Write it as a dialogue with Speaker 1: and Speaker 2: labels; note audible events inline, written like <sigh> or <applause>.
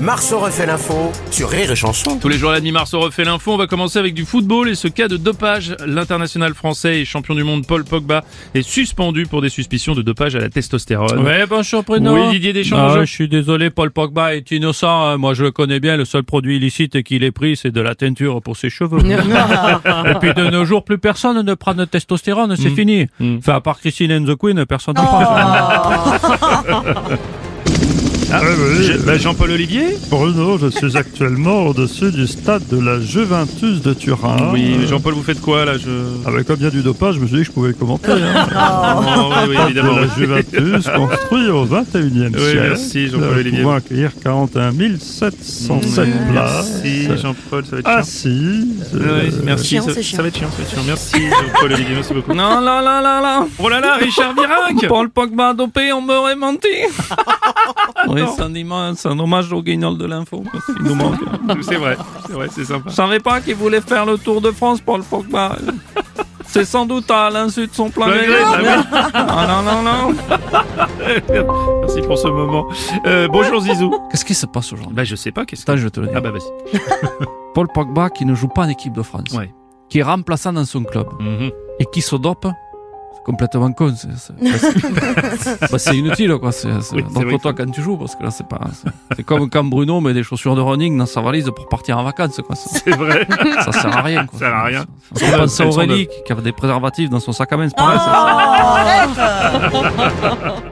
Speaker 1: Marceau refait l'info sur Rire et Chanson.
Speaker 2: Tous les jours à la demi-mars, on refait l'info. On va commencer avec du football et ce cas de dopage. L'international français et champion du monde Paul Pogba est suspendu pour des suspicions de dopage à la testostérone.
Speaker 3: Oui, bonjour Bruno.
Speaker 2: Oui, Didier Deschamps,
Speaker 3: ben, Ah,
Speaker 2: bonjour.
Speaker 3: je suis désolé, Paul Pogba est innocent. hein. Moi, je le connais bien. Le seul produit illicite qu'il ait pris, c'est de la teinture pour ses <laughs> cheveux. Et puis, de nos jours, plus personne ne prend de testostérone.
Speaker 2: Mm.
Speaker 3: C'est fini. Enfin, à part Christine and the Queen, personne ne prend.
Speaker 2: <laughs> bah Jean-Paul Olivier
Speaker 4: Bruno, je suis actuellement au-dessus du stade de la Juventus de Turin.
Speaker 2: Oui,
Speaker 4: Euh,
Speaker 2: Jean-Paul, vous faites quoi là je...
Speaker 4: Avec comme il y a du dopage, je me suis dit que je pouvais commenter. Hein.
Speaker 2: Oh, oui, oui, <laughs>
Speaker 4: de
Speaker 2: évidemment.
Speaker 4: la Juventus construit au 21e
Speaker 2: Oui,
Speaker 4: siècle.
Speaker 2: merci, Jean-Paul
Speaker 4: euh,
Speaker 2: Olivier. Mmh.
Speaker 4: Pouvant accueillir 41 707 places.
Speaker 2: Merci Jean-Paul, ça va être chiant.
Speaker 4: Assises.
Speaker 2: Ouais,
Speaker 4: euh,
Speaker 2: merci,
Speaker 5: Chiant,
Speaker 2: ça,
Speaker 5: c'est chiant.
Speaker 2: ça va être chiant, ça va être chiant. Merci Jean-Paul Olivier, merci beaucoup.
Speaker 3: Non, là, là, là, là.
Speaker 2: Oh là là, Richard Virac
Speaker 3: Paul Pogba dopé, on m'aurait <laughs> menti. oui, c'est un, immense- c'est un hommage au guignol de l'info. parce qu'il nous manque.
Speaker 2: C'est vrai, c'est vrai, c'est sympa.
Speaker 3: Je savais pas qu'il voulait faire le tour de France, Paul Pogba. C'est sans doute à l'insu de son plan.
Speaker 2: Plein gré, ça, oui.
Speaker 3: non, non, non.
Speaker 2: Merci pour ce moment. Euh, bonjour Zizou.
Speaker 3: Qu'est-ce qui se passe aujourd'hui
Speaker 2: Bah je sais pas, qu'est-ce que...
Speaker 3: Attends, je vais te le dis.
Speaker 2: Ah bah vas-y.
Speaker 3: Paul Pogba qui ne joue pas en équipe de France,
Speaker 2: Ouais.
Speaker 3: qui est remplaçant dans son club
Speaker 2: Mhm.
Speaker 3: et qui se dope, c'est complètement con. C'est, c'est- bah, c'est inutile, quoi. C'est, c'est-
Speaker 2: Oui, c'est
Speaker 3: Donc,
Speaker 2: vrai.
Speaker 3: toi, quand tu joues, parce que là, c'est pas. C'est, c'est comme quand Bruno met des chaussures de running dans sa valise pour partir en vacances, quoi. Ça,
Speaker 2: C'est vrai.
Speaker 3: ça sert à rien, quoi.
Speaker 2: Ça sert à rien.
Speaker 3: On
Speaker 2: Elles
Speaker 3: pense
Speaker 2: sont
Speaker 3: à
Speaker 2: neuves.
Speaker 3: Aurélie qui qui avait des préservatifs dans son sac à main, c'est pareil, ça.
Speaker 5: Oh,